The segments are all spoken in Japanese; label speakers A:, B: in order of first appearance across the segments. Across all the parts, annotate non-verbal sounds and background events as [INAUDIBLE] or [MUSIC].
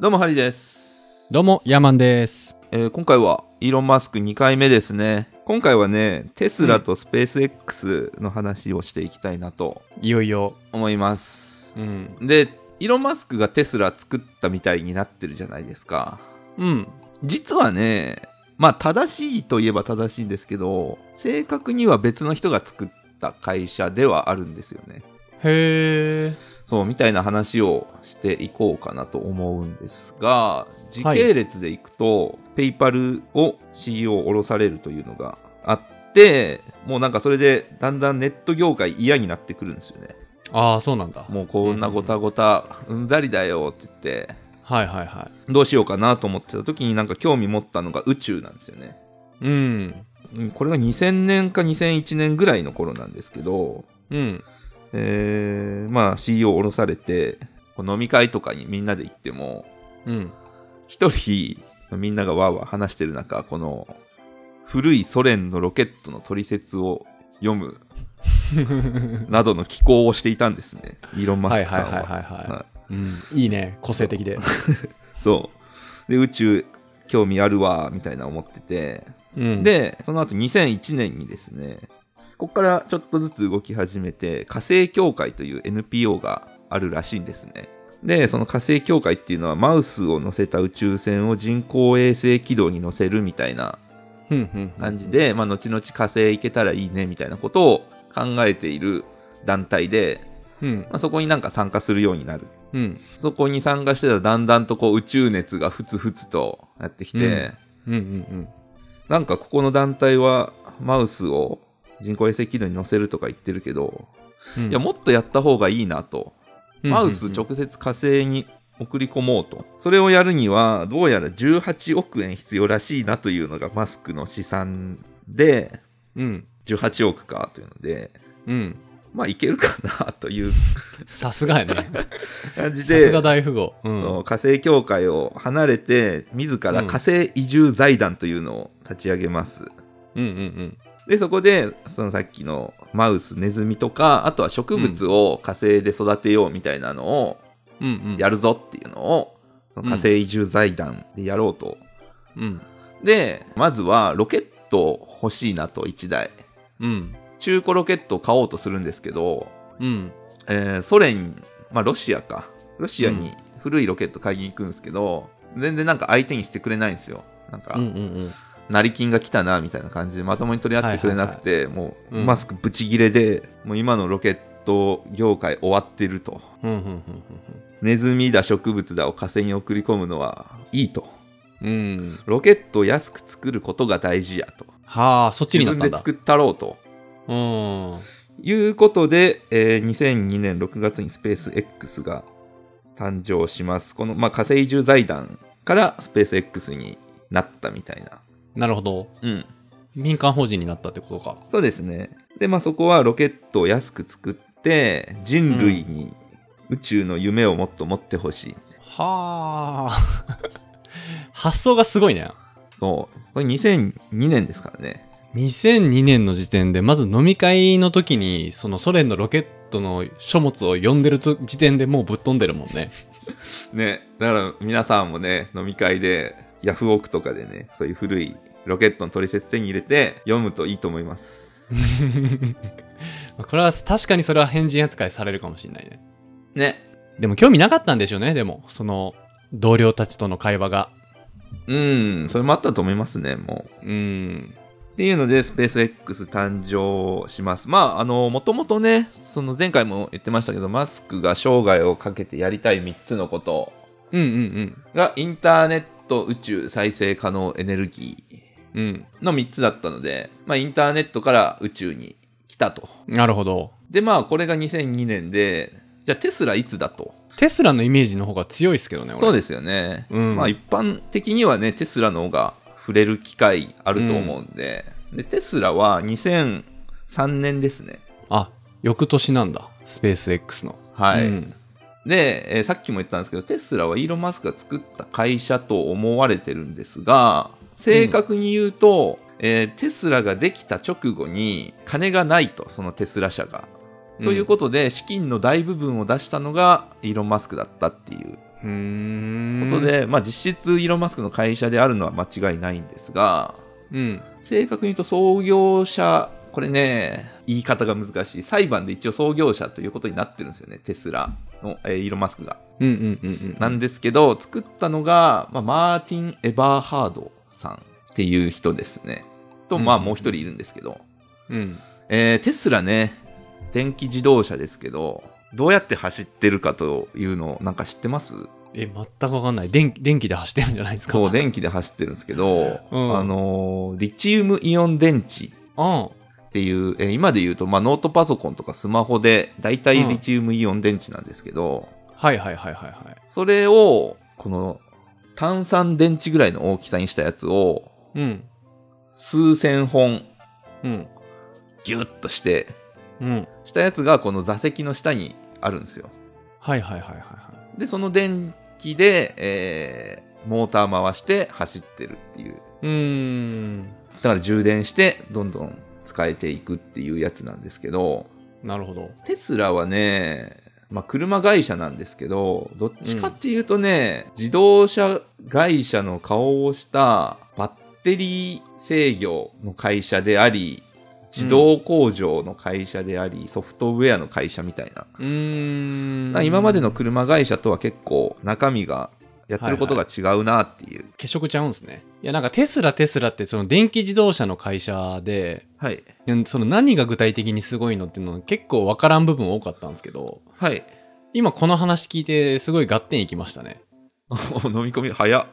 A: どうもハリです、
B: どうも、ヤーマンです。
A: えー今回はイーロン・マスク2回目ですね今回はねテスラとスペース X の話をしていきたいなと
B: いよいよ。
A: 思います、
B: うん。
A: でイーロン・マスクがテスラ作ったみたいになってるじゃないですか
B: うん。
A: 実はねまあ正しいといえば正しいんですけど正確には別の人が作った会社ではあるんですよね
B: へえ。
A: そうみたいな話をしていこうかなと思うんですが時系列でいくと、ペイパルを CEO を降ろされるというのがあってもうなんかそれでだんだんネット業界嫌になってくるんですよね
B: ああ、そうなんだ。
A: もうこんなごたごたうんざりだよって言って
B: はいはいは
A: どうしようかなと思ってた時になんか興味持ったのが宇宙なんですよね
B: い。うん。
A: うんこれが2000年か2001年ぐらいの頃なんですけど
B: うん。
A: えーまあ CEO を降ろされてこう飲み会とかにみんなで行っても
B: うん。
A: 一人みんながわーわー話してる中この古いソ連のロケットの取説を読むなどの寄稿をしていたんですねイーロン・マ
B: は
A: ス
B: い
A: ク
B: はい
A: さんは。
B: はいはいは。
A: はい
B: うん。いいね。個性的で。
A: いそうで宇宙興味あるわーみたいな思ってて
B: うん。、
A: でその後2001年にですねここからちょっとずつ動き始めて火星協会という NPO があるらしいんですねでその火星協会っていうのはマウスを乗せた宇宙船を人工衛星軌道に乗せるみたいな
B: うんうん。
A: 感じで、まあ、後々火星行けたらいいねみたいなことを考えている団体で、
B: うん。
A: まあ、そこになんか参加するようになる
B: うん。
A: そこに参加してたらだんだんとこう宇宙熱がふつふつとやってきて、
B: うんうんうん
A: なんかここの団体はマウスを人工衛星軌道に乗せるとか言ってるけど、
B: うん。
A: いやもっとやった方がいいなと、
B: うん、
A: マウス直接火星に送り込もうとそれをやるにはどうやら18億円必要らしいなというのがマスクの試算で
B: うん。
A: 18億かというので
B: うん。
A: まあいけるかなと
B: [LAUGHS]
A: いう
B: さすがやね。
A: 感じ
B: さす
A: で
B: が大富豪。う
A: あ
B: ん。
A: の火星協会を離れて自ら火星移住財団というのを立ち上げます、
B: うんうん
A: でそこでそのさっきのマウスネズミとかあとは植物を火星で育てようみたいなのを
B: うん。うんうん。
A: やるぞっていうのを、その火星移住財団でやろうと、
B: うん。
A: でまずはロケット欲しいなと1台
B: うん。
A: 中古ロケットを買おうとするんですけど、
B: うん。
A: えーソ連まあロシアかロシアに古いロケット買いに行くんですけど、全然なんか相手にしてくれないんですよなんか、
B: うんうんうん。
A: 成金が来たなみたいな感じでまともに取り合ってくれなくて、もう、
B: うん
A: マスクブチギレでもう今のロケット業界終わってると
B: うんうんうん
A: ネズミだ植物だを火星に送り込むのはいいと
B: うんうん。うん。
A: ロケットを安く作ることが大事やと
B: はあ、そっち
A: 自
B: にな
A: 分で
B: ったんだ。
A: 作ったろうと
B: うん。
A: いうことで、えー2002年6月にスペース X が誕生しますこの、まあ、火星移住財団からスペース X になったみたいな
B: なるほど。
A: うん
B: 民間法人になったってことか。
A: そうですね。で、まあそこはロケットを安く作って、人類に宇宙の夢をもっと持ってほしい。
B: はあ。発想がすごいね。
A: そう。これ2002年ですからね。
B: 2002年の時点で、まず飲み会の時に、そのソ連のロケットの書物を読んでると時点でもうぶっ飛んでるもんね。
A: ね、だから皆さんもね、飲み会で、ヤフオクとかでね、そういう古いロケットの取説手に入れて読むといいと思います。
B: これは確かにそれは変人扱いされるかもしれないね。
A: [LAUGHS] ね。
B: でも興味なかったんでしょうね、でも。その同僚たちとの会話が。
A: うん、それもあったと思いますね、もう。
B: うん。
A: っていうので、スペース X 誕生します。まあ、あの、もともとね、その前回も言ってましたけど、マスクが生涯をかけてやりたい3つのこと
B: うんうん
A: が、インターネット、宇宙、再生可能エネルギ
B: うん。うん。
A: ーの3つだったので、まあ、インターネットから宇宙に来たと。
B: なるほど。
A: で、まあ、これが2002年で、じゃあテスラいつだと。
B: テスラのイメージの方が強いですけどね、俺
A: そうですよね。
B: うん
A: まあ、一般的にはね、テスラの方が触れる機会あると思うんで、で、テスラは2003年ですね。
B: あ、翌年なんだ。スペース X の。
A: はい。
B: うん
A: で、えーさっきも言ったんですけど、テスラはイーロン・マスクが作った会社と思われてるんですが、正確に言うと、えーテスラができた直後に金がないと、そのテスラ社が。ということで、資金の大部分を出したのがイーロン・マスクだったっていう
B: うーん
A: こことで、まあ、実質イーロン・マスクの会社であるのは間違いないんですが
B: うん。
A: 正確に言うと創業者これね言い方が難しい裁判で一応創業者ということになってるんですよねテスラの、えーイーロン・マスクが。
B: うんうんうんうん。
A: なんですけど作ったのが、まあ、マーティン・エバーハードさんっていう人ですね。とまあもう一人いるんですけど、
B: うん。
A: えーテスラね電気自動車ですけどどうやって走ってるかというのをなんか知ってます
B: え、全くわかんない。電気、電気で走ってるんじゃないですか。
A: そう、電気で走ってるんですけど、
B: うん
A: あのーリチウムイオン電池
B: あ
A: っていう、えー今で言うと、まあ、ノートパソコンとかスマホで、だいたいリチウムイオン電池なんですけど、
B: あ。はいはいはいはいはい。
A: それを、この炭酸電池ぐらいの大きさにしたやつを、
B: うん。
A: 数千本
B: うん。
A: ギュッとして、
B: うん。
A: したやつがこの座席の下にあるんですよ。
B: はいはいはいはいは
A: で、その電気で、えーモーター回して走ってるっていう。
B: い。うーん。
A: だから充電して、どんどん使えていくっていうやつなんですけど、
B: なるほど。
A: テスラはね、まあ、車会社なんですけど、どっちかっていうとね、自動車会社の顔をしたバッテリー制御の会社であり、自動工場の会社であり、ソフトウェアの会社みたいな。
B: うーん。
A: な今までの車会社とは結構中身がやってることが違うなっていう。
B: 血色ちゃうんですね。いや、なんかテスラテスラってその電気自動車の会社で、
A: はい。
B: いやその何が具体的にすごいのっていうの結構わからん部分多かったんですけど、
A: [LAUGHS] はい。
B: 今この話聞いてすごい合点いきましたね。
A: 飲み込み早っ。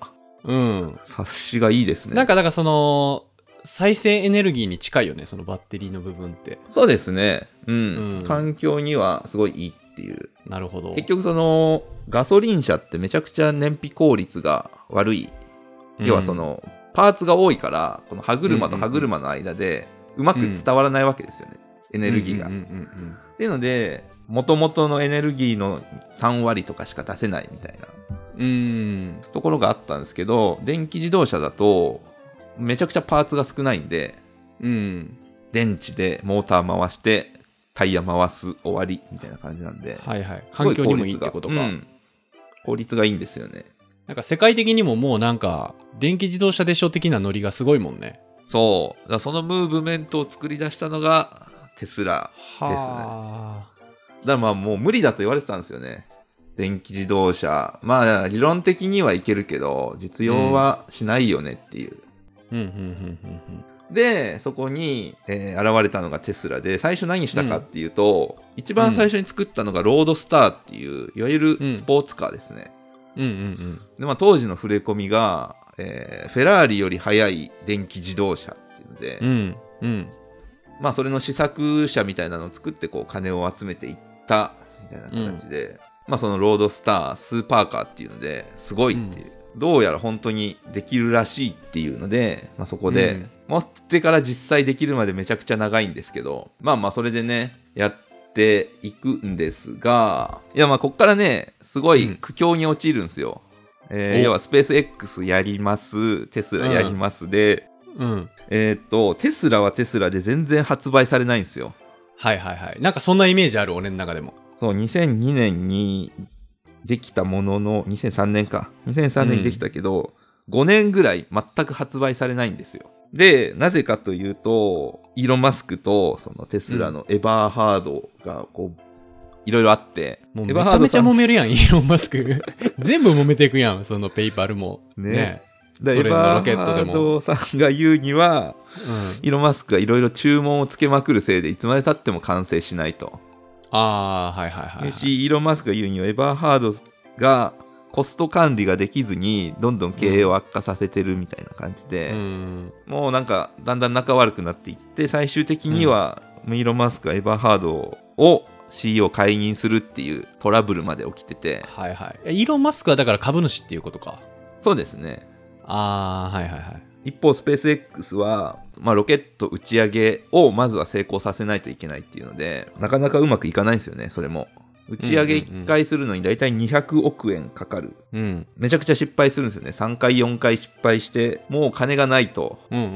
B: うん。
A: 察しがいいですね。
B: なんかだからその、再生エネルギーに近いよね、そのバッテリーの部分って。
A: そうですね。うん。
B: うん
A: 環境にはすごいいいっていう。
B: なるほど。
A: 結局そのガソリン車ってめちゃくちゃ燃費効率が悪い、
B: うん、
A: 要はそのパーツが多いからこの歯車と歯車の間でうまく伝わらないわけですよね、エネルギーが。
B: うんうん
A: っていうので元々のエネルギーの3割とかしか出せないみたいな
B: うんうん。うん
A: ところがあったんですけど電気自動車だとめちゃくちゃパーツが少ないんで
B: うん。
A: 電池でモーター回してタイヤ回す終わりみたいな感じなんで、
B: はいはい。環境にもいいってことか。
A: すごい効率がうん効率がいいんですよね。
B: なんか世界的にももうなんか、電気自動車でしょ的なノリがすごいもんね。
A: そう。だからそのムーブメントを作り出したのがテスラ。
B: はあ。
A: だからまあもう無理だと言われてたんですよね。電気自動車。まあ理論的にはいけるけど、実用はしないよねっていう。
B: うんうんうんうんうん。
A: で、そこに、えー現れたのがテスラで、最初何したかっていうと、一番最初に作ったのがロードスターっていう、いわゆるスポーツカーですね。
B: うんうん
A: で、まあ当時の触れ込みが、えーフェラーリより速い電気自動車っていうので、
B: うん。うんうん。
A: まあそれの試作車みたいなのを作ってこう金を集めていったみたいな形で、まあそのロードスタースーパーカーっていうのですごいっていう、どうやら本当にできるらしいっていうので、まあ、そこで、
B: うん
A: 持ってから実際できるまでめちゃくちゃ長いんですけどまあまあそれでねやっていくんですがいやまあこっからねすご
B: うん
A: い苦境に陥るんですよ、えー
B: お
A: 要はスペース X やりますテスラやりますで、
B: うん。
A: えーっと、テスラはテスラで全然発売されないんですよ。
B: はいはいはい。なんかそんなイメージある、俺の中でも。
A: そう、2002年にできたものの、2003年か。2003年にできたけど、5年ぐらい全く発売されないんですよ。で、なぜかというと、イーロン・マスクとそのテスラのエバーハードがこう、いろいろあって、
B: もう
A: エ
B: めち
A: バーハ
B: ゃ
A: ード
B: めち
A: さ
B: ゃ
A: ん
B: 揉めるやん、イーロン・マス
A: [LAUGHS]
B: ク。全部揉めていくやん、そのペイパルも。
A: ね
B: ね
A: だ
B: ソ連のロケ
A: エ
B: ッ
A: バ
B: トで
A: ーハ
B: も
A: ードさんが言うには、
B: うん。
A: イーロン・マスクがいろいろ注文をつけまくるせいで、いつまでたっても完成しないと。
B: ああ、はいはいはいはい。
A: し、イーロン・マスクが言うには、エバーハードがコスト管理ができずに、どんどん経営を悪化させてるみたいな感じ
B: う
A: で、
B: ん。
A: もうなんか、だんだん仲悪くなっていって、最終的には、イーロン・マスクはエバーハードを CEO を解任するっていうトラブルまで起きてて、
B: はいはい。イーロン・マスクはだから株主っていうことか。
A: そうですね。
B: ああ、はいはいはい。
A: 一方、スペース X は、まあ、ロケット打ち上げをまずは成功させないといけないっていうので、なかなかうまくいかないんですよね、それも。打ち上げ1回するのに大体200億円かかる
B: うん。
A: めちゃくちゃ失敗するんですよね。3回、4回失敗して、もう金がないと。
B: うんうんう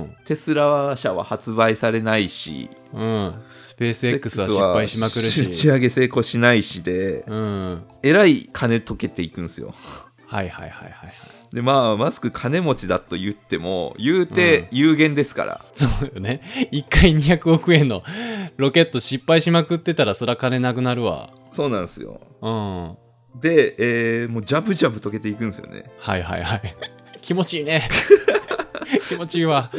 B: ん
A: テスラ社は発売されないし、
B: うん。うん。スペース X は
A: X
B: 失敗しまくる
A: 打ち
B: し。
A: 上げ成功しないしで、
B: うん。
A: えらい金溶けていくんですよ。
B: はいはいはいはいはい。
A: でまあマスク金持ちだと言っても言うて有限ですから、
B: そうよね。 [LAUGHS] 一回200億円のロケット失敗しまくってたらそら金なくなるわ。
A: そうなんですよ
B: うん。は
A: で、えーもうジャブジャブ溶けていくんですよね
B: いはいはい。気持ちいいね。 [LAUGHS] 気持ちいいわ。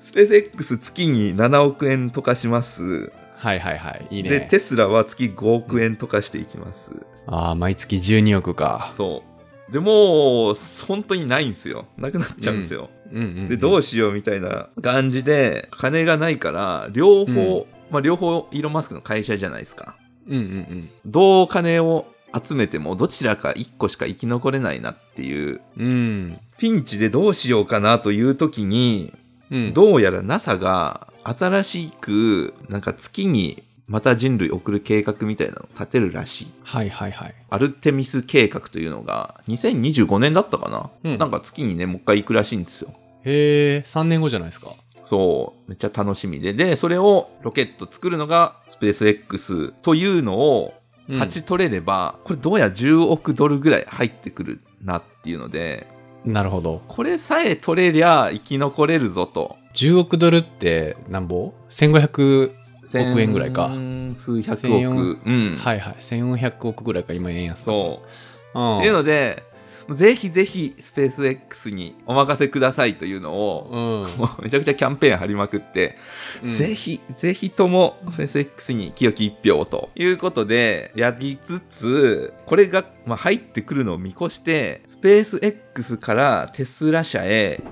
A: スペース X 月に7億円溶かします
B: はいはいはい。いい
A: で
B: ね。
A: テスラは月5億円溶かしていきます、
B: ああ、毎月12億か。
A: そうでもう本当にないんですよなくなっちゃうんですよ、
B: うんうん、うん。
A: でどう
B: し
A: しようみたいな感じで金がないから両方、まあ、両方イーロン・マスクの会社じゃないですか
B: うんうんうん。
A: どう金を集めてもどちらか1個しか生き残れないなっていう
B: うん。
A: ピンチでどうしようかなという時に
B: うん、
A: どうやら NASA が新しくなんか月にまた人類送る計画みたいなのを立てるらしい
B: はいはいはい。
A: アルテミス計画というのが2025年だったかな、
B: うん
A: なんか月にねもう一回行くらしいんですよ
B: へえ、3年後じゃないですか。
A: そうめっちゃ楽しみででそれをロケット作るのがスペース X というのを
B: うん
A: 勝ち取れれば、これどうやら10億ドルぐらい入ってくるなっていうので
B: なるほど。
A: これさえ取れりゃ生き残れるぞと
B: 10億ドルってなんぼ ?1500、億円ぐらいか
A: 千数百
B: 千
A: 億
B: 四
A: うん、
B: はいはい。1400億ぐらいか、今円安。
A: そうう、
B: ん。
A: っていうのでぜひぜひスペース X にお任せくださいというのを、
B: う
A: [LAUGHS]
B: ん。
A: もうめちゃくちゃキャンペーン張りまくって、
B: うん
A: ぜひ、ぜひとも、スペース X に清き一票をということで、やりつつ、これが、まあ、入ってくるのを見越して、スペース X からテスラ社へ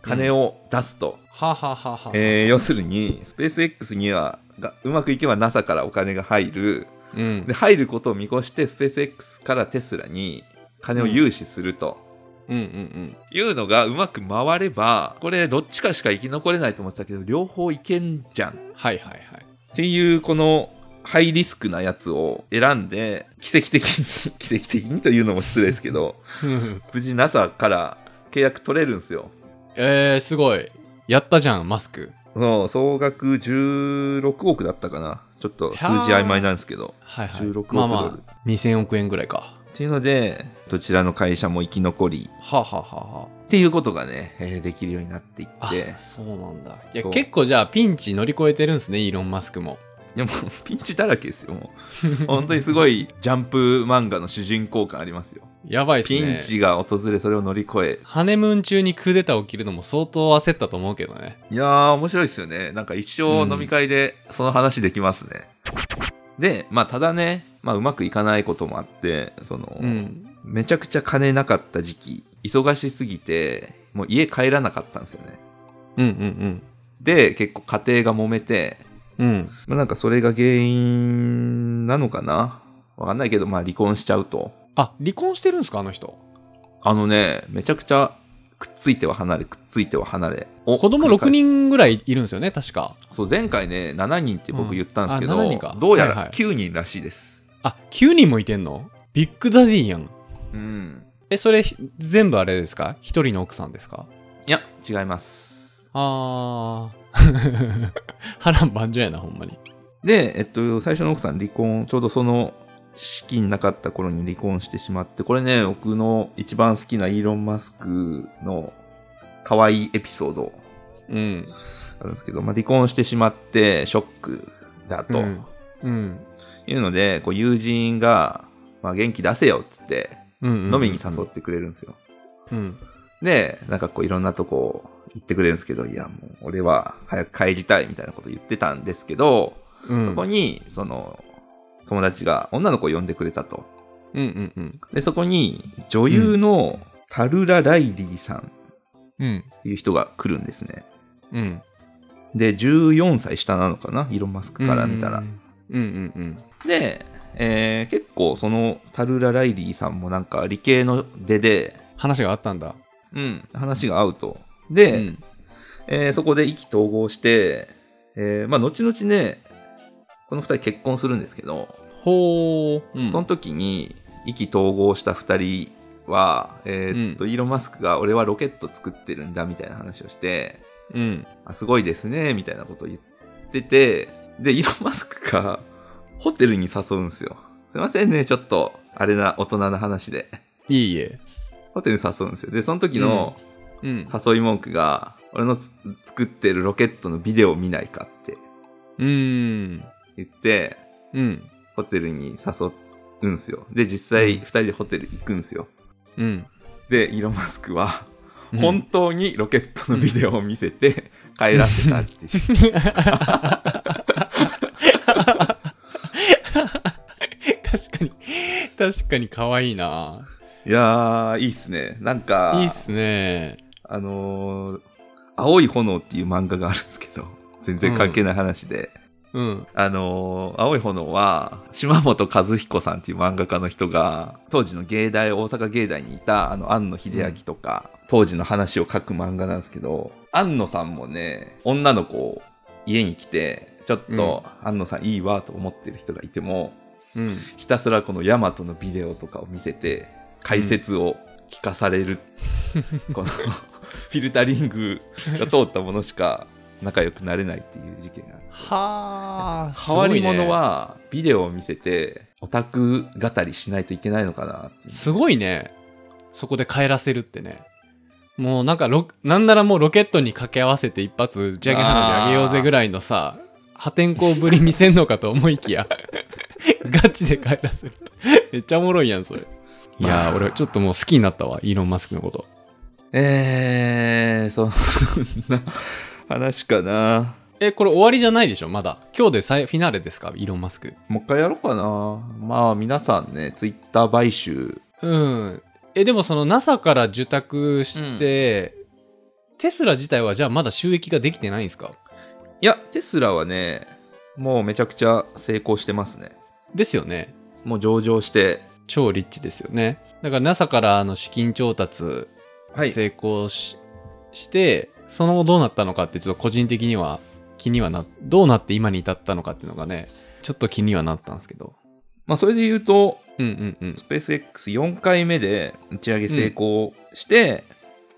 A: 金を出すと。
B: はははは。
A: えー要するに、スペース X には、がうまくいけば NASA からお金が入る。
B: うん
A: で、。入ることを見越して、スペース X からテスラに金を融資すると。
B: うんうんうん。
A: いうのがうまく回れば、これどっちかしか生き残れないと思ってたけど、両方いけんじゃん。
B: はいはいはい。
A: っていうこのハイリスクなやつを選んで奇跡的に [LAUGHS] 奇跡的にというのも失礼ですけど無事 NASA から契約取れるんですよ
B: [LAUGHS] えー、すごい。やったじゃん、マスク。
A: そう総額16億だったかなちょっと数字曖昧なんですけど
B: はいはい。
A: 16億
B: まあま
A: ドル
B: あ、2000億円ぐらいか。
A: っていうのでどちらの会社も生き残り
B: はははは。
A: っていうことがね、えーできるようになっていっ
B: あ
A: て、
B: そうなんだ。いや、
A: そう
B: 結構じゃあ、ピンチ乗り越えてるんですね、イーロン・マスクも。
A: いやもうピンチだらけですよもう本当にすごいジャンプ漫画の主人公感ありますよ
B: やばいっすね。
A: ピンチが訪れそれを乗り越え
B: ハネムーン中にクーデター起きるのも相当焦ったと思うけどね。
A: いやー、面白いですよね。なんか一生飲み会でその話できますね。で、まあ、ただね、まあ、うまくいかないこともあって、その、
B: うん。
A: めちゃくちゃ金なかった時期、忙しすぎて、もう家帰らなかったんですよね。
B: うんうん
A: で、結構家庭が揉めて、
B: うん。うん。
A: まあ、なんかそれが原因なのかなわかんないけど、まあ、離婚しちゃうと。
B: あ、離婚してるんですか、あの人。
A: あのね、めちゃくちゃくっついては離れ、くっついては離れ。
B: 子
A: 子
B: 供6人ぐらいいるんですよね、確か。
A: そう前回ね7人って僕言ったんですけど、
B: うんあ7人か
A: どうや
B: はいは
A: ら
B: い
A: 9人らしいです、
B: あ、9人もいてんのビッグダディやん。
A: うん
B: え、それ、ひ全部あれですか一人の奥さんですか
A: いや違います
B: あー。 [LAUGHS] 波乱万丈やな、ほんまに。
A: でえっと最初の奥さん離婚ちょうどその資金なかった頃に離婚してしまってこれね僕の一番好きなイーロン・マスクの可愛いエピソード
B: うん。
A: あるんですけど、まあ、離婚してしまってショックだと
B: うんうん。
A: いうので、こう友人が、まあ、元気出せよっつって
B: うんうんうん
A: 飲みに誘ってくれるんですよ、
B: うん。
A: で、なんかこういろんなとこ行ってくれるんですけど、いやもう俺は早く帰りたいみたいなこと言ってたんですけど、
B: うん。
A: そこにその友達が女の子を呼んでくれたと。
B: うんうんうん。
A: で、そこに女優のタルラ・ライリーさん
B: うん。
A: っていう人が来るんですね。
B: うん。
A: で、14歳下なのかなイーロン・マスクから見たら
B: う。んうんうん。
A: で、えー結構そのタルラ・ライリーさんもなんか理系の出で、
B: 話があったんだ。
A: うん、話が合うと。で、
B: うん。
A: えーそこで意気投合して、えーまあ、後々ね、この2人結婚するんですけど、
B: ほー。うん
A: その時に意気投合した2人は、えーっと、イーロン・マスクが俺はロケット作ってるんだみたいな話をして、
B: うん。
A: あすごいですね、みたいなことを言ってて、で、イーロン・マスクがホテルに誘うんですよ。すいませんね、ちょっと、あれな、大人な話で。
B: いいえ。
A: ホテルに誘うんですよ。で、その時の
B: うん。
A: 誘い文句が、俺のつ作ってるロケットのビデオ見ないかって
B: うん。
A: 言って、
B: うん。
A: ホテルに誘うんですよ。で、実際
B: うん
A: 2人でホテル行くんですよ。
B: うん。
A: で、イーロン・マスクは、
B: うん
A: 本当にロケットのビデオを見せ
B: [LAUGHS]
A: て帰らせたっていう。
B: 確かに。確かに可愛いな。
A: いやー、いいっすね。なんか、
B: いいっすね。
A: あのー青い炎っていう漫画があるんですけど、全然関係ない話で。
B: うん。
A: あのー青い炎は、島本和彦さんっていう漫画家の人が、当時の芸大、大阪芸大にいた、あの、庵野秀明とか、当時の話を書く漫画なんですけど、庵野さんもね、女の子を家に来て、ちょっと、庵野さんいいわと思ってる人がいても、
B: うん。
A: ひたすらこのヤマトのビデオとかを見せて解説を聞かされる、このフィルタリングが通ったものしか仲良くなれないっていう事件がある
B: はあ。
A: 変わり者はビデオを見せてオタク語りしないといけないのかなっていう
B: すごいね。そこで帰らせるってね。もうなんかロ、なんならもうロケットに掛け合わせて一発打ち上げ花火あげようぜぐらいのさ、破天荒ぶり見せんのかと思いきや、 [LAUGHS] ガチで帰らせる。めっちゃおもろいやん、それ。いやー、俺ちょっともう好きになったわ、イーロン・マスクのこと。
A: えー、そんな話かな
B: え、これ終わりじゃないでしょ、まだ。今日でさいフィナーレですか、イーロン・マスク。
A: もう一回やろうかなまあ皆さんねツイッター買収
B: うん。え、でもその NASA から受託して、テスラ自体はじゃあまだ収益ができてないんですか
A: いやテスラはねもうめちゃくちゃ成功してますね
B: ですよね。
A: もう上場して、
B: 超リッチですよね。だから NASA からあの資金調達成功し,、して、その後どうなったのかってちょっと個人的には気にはな、どうなって今に至ったのかっていうのがね、ちょっと気にはなったんですけど。
A: まあ、それで言うと、
B: うんうんうん
A: ス。ペース X4 回目で打ち上げ成功して、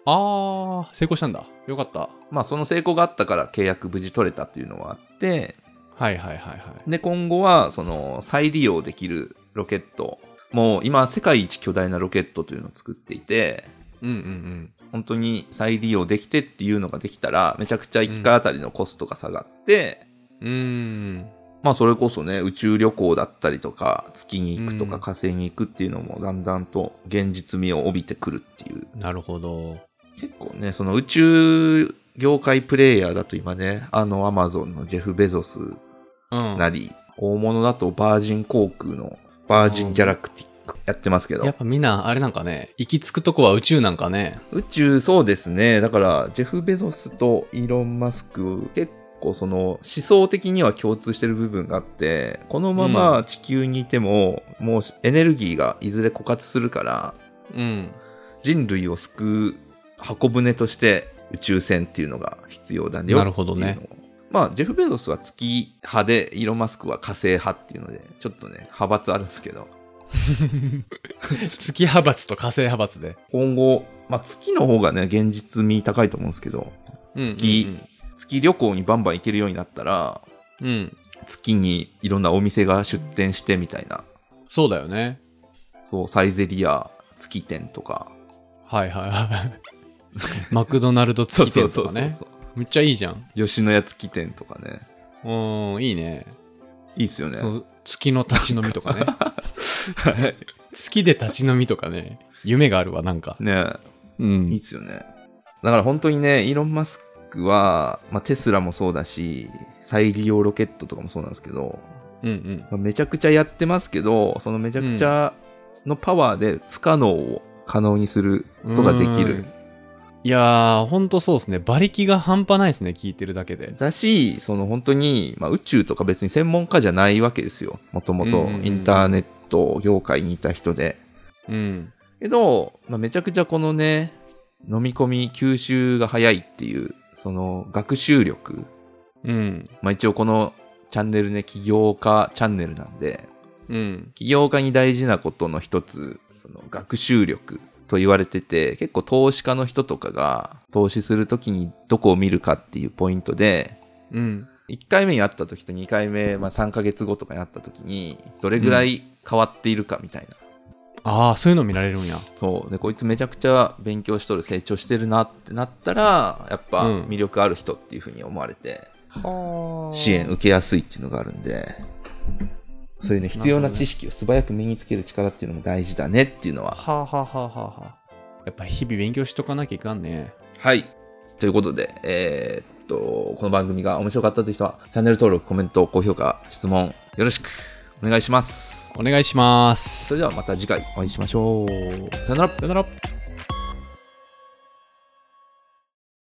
B: あー、成功したんだ。よかった。
A: まあ、その成功があったから契約無事取れたっていうのはあって、
B: はいはいはいはい。
A: で、今後は、その、再利用できるロケット、もう今、世界一巨大なロケットというのを作っていて、
B: うんうんうん。
A: 本当に再利用できてっていうのができたら、めちゃくちゃ1回あたりのコストが下がって、
B: うーん。
A: まあそれこそね宇宙旅行だったりとか月に行くと
B: う
A: か
B: ん
A: 火星に行くっていうのもだんだんと現実味を帯びてくるっていう
B: なるほど。
A: 結構ねその宇宙業界プレイヤーだと今ねあのアマゾンのジェフ・ベゾス
B: うん。
A: なり、大物だとバージン航空のバージン・ギャラクティックやってますけ
B: や
A: ど
B: っぱみんな、あれなんかね、行き着くとこは宇宙なんかね。
A: 宇宙そうですねだからジェフ・ベゾスとイーロン・マスク結構その思想的には共通してる部分があってこのまま地球にいても、もうエネルギーがいずれ枯渇するから
B: うん。
A: 人類を救う箱舟として宇宙船っていうのが必要だよっていうのを
B: なるほどね
A: まあジェフ・ベゾスは月派でイーロン・マスクは火星派っていうのでちょっとね派閥あるんですけど
B: [LAUGHS] 月派閥と火星派閥で。
A: 今後、まあ、月の方がね現実味高いと思うんですけど月月旅行にバンバン行けるようになったら
B: うんうんうん。うん。
A: 月にいろんなお店が出店してみたいな
B: そうだよね。
A: そうサイゼリア月店とか
B: はいはいはい。マクドナルド月店とかね。
A: そう
B: めっちゃいいじゃん。
A: 吉野家月店とかね
B: うん、いいね。
A: いいっすよね
B: その月の立ち飲みとかね。
A: はい
B: [LAUGHS] 月で立ち飲みとかね。夢があるわ、なんか。
A: [LAUGHS] ねい
B: う
A: いっ
B: ん。
A: すよねだから本当にねイーロン・マスクは、まあ、テスラもそうだし再利用ロケットとかもそうなんですけど、
B: うんうん。
A: まあめちゃくちゃやってますけどそのめちゃくちゃのパワーで不可能を可能にすることができ
B: う
A: る
B: ん。いやー、ほんとそうですね。馬力が半端ないですね、聞いてるだけで。
A: だし、その本当に、まあ、宇宙とか別に専門家じゃないわけですよ。もとも
B: うん
A: と
B: うんうん
A: インターネット業界にいた人で。
B: うん。
A: けど、まあ、めちゃくちゃこのね、飲み込み、吸収が早いっていう、その学習力。
B: うん。
A: まあ、一応このチャンネルね、起業家チャンネルなんで、
B: うん。
A: 起業家に大事なことの一つ、その学習力と言われてて、結構投資家の人とかが投資するときにどこを見るかっていうポイントで、
B: うん。
A: 1回目に会った時と2回目、まあ、3ヶ月後とかに会った時にどれぐらい変わっているかみたいな、
B: ああそういうの見られるんや
A: そうでこいつめちゃくちゃ勉強しとる成長してるなってなったらやっぱ
B: うん
A: 魅力ある人っていうふうに思われて、支援受けやすいっていうのがあるんでそういうね必要な知識を素早く身につける力っていうのも大事だねっていうのは
B: はあはあはあはあはあやっぱ日々勉強しとかなきゃいかんね
A: はいということでえーっとこの番組が面白かったという人はチャンネル登録コメント高評価質問よろしくお願いします
B: お願いします
A: それではまた次回お会いしましょうさよなら
B: さよなら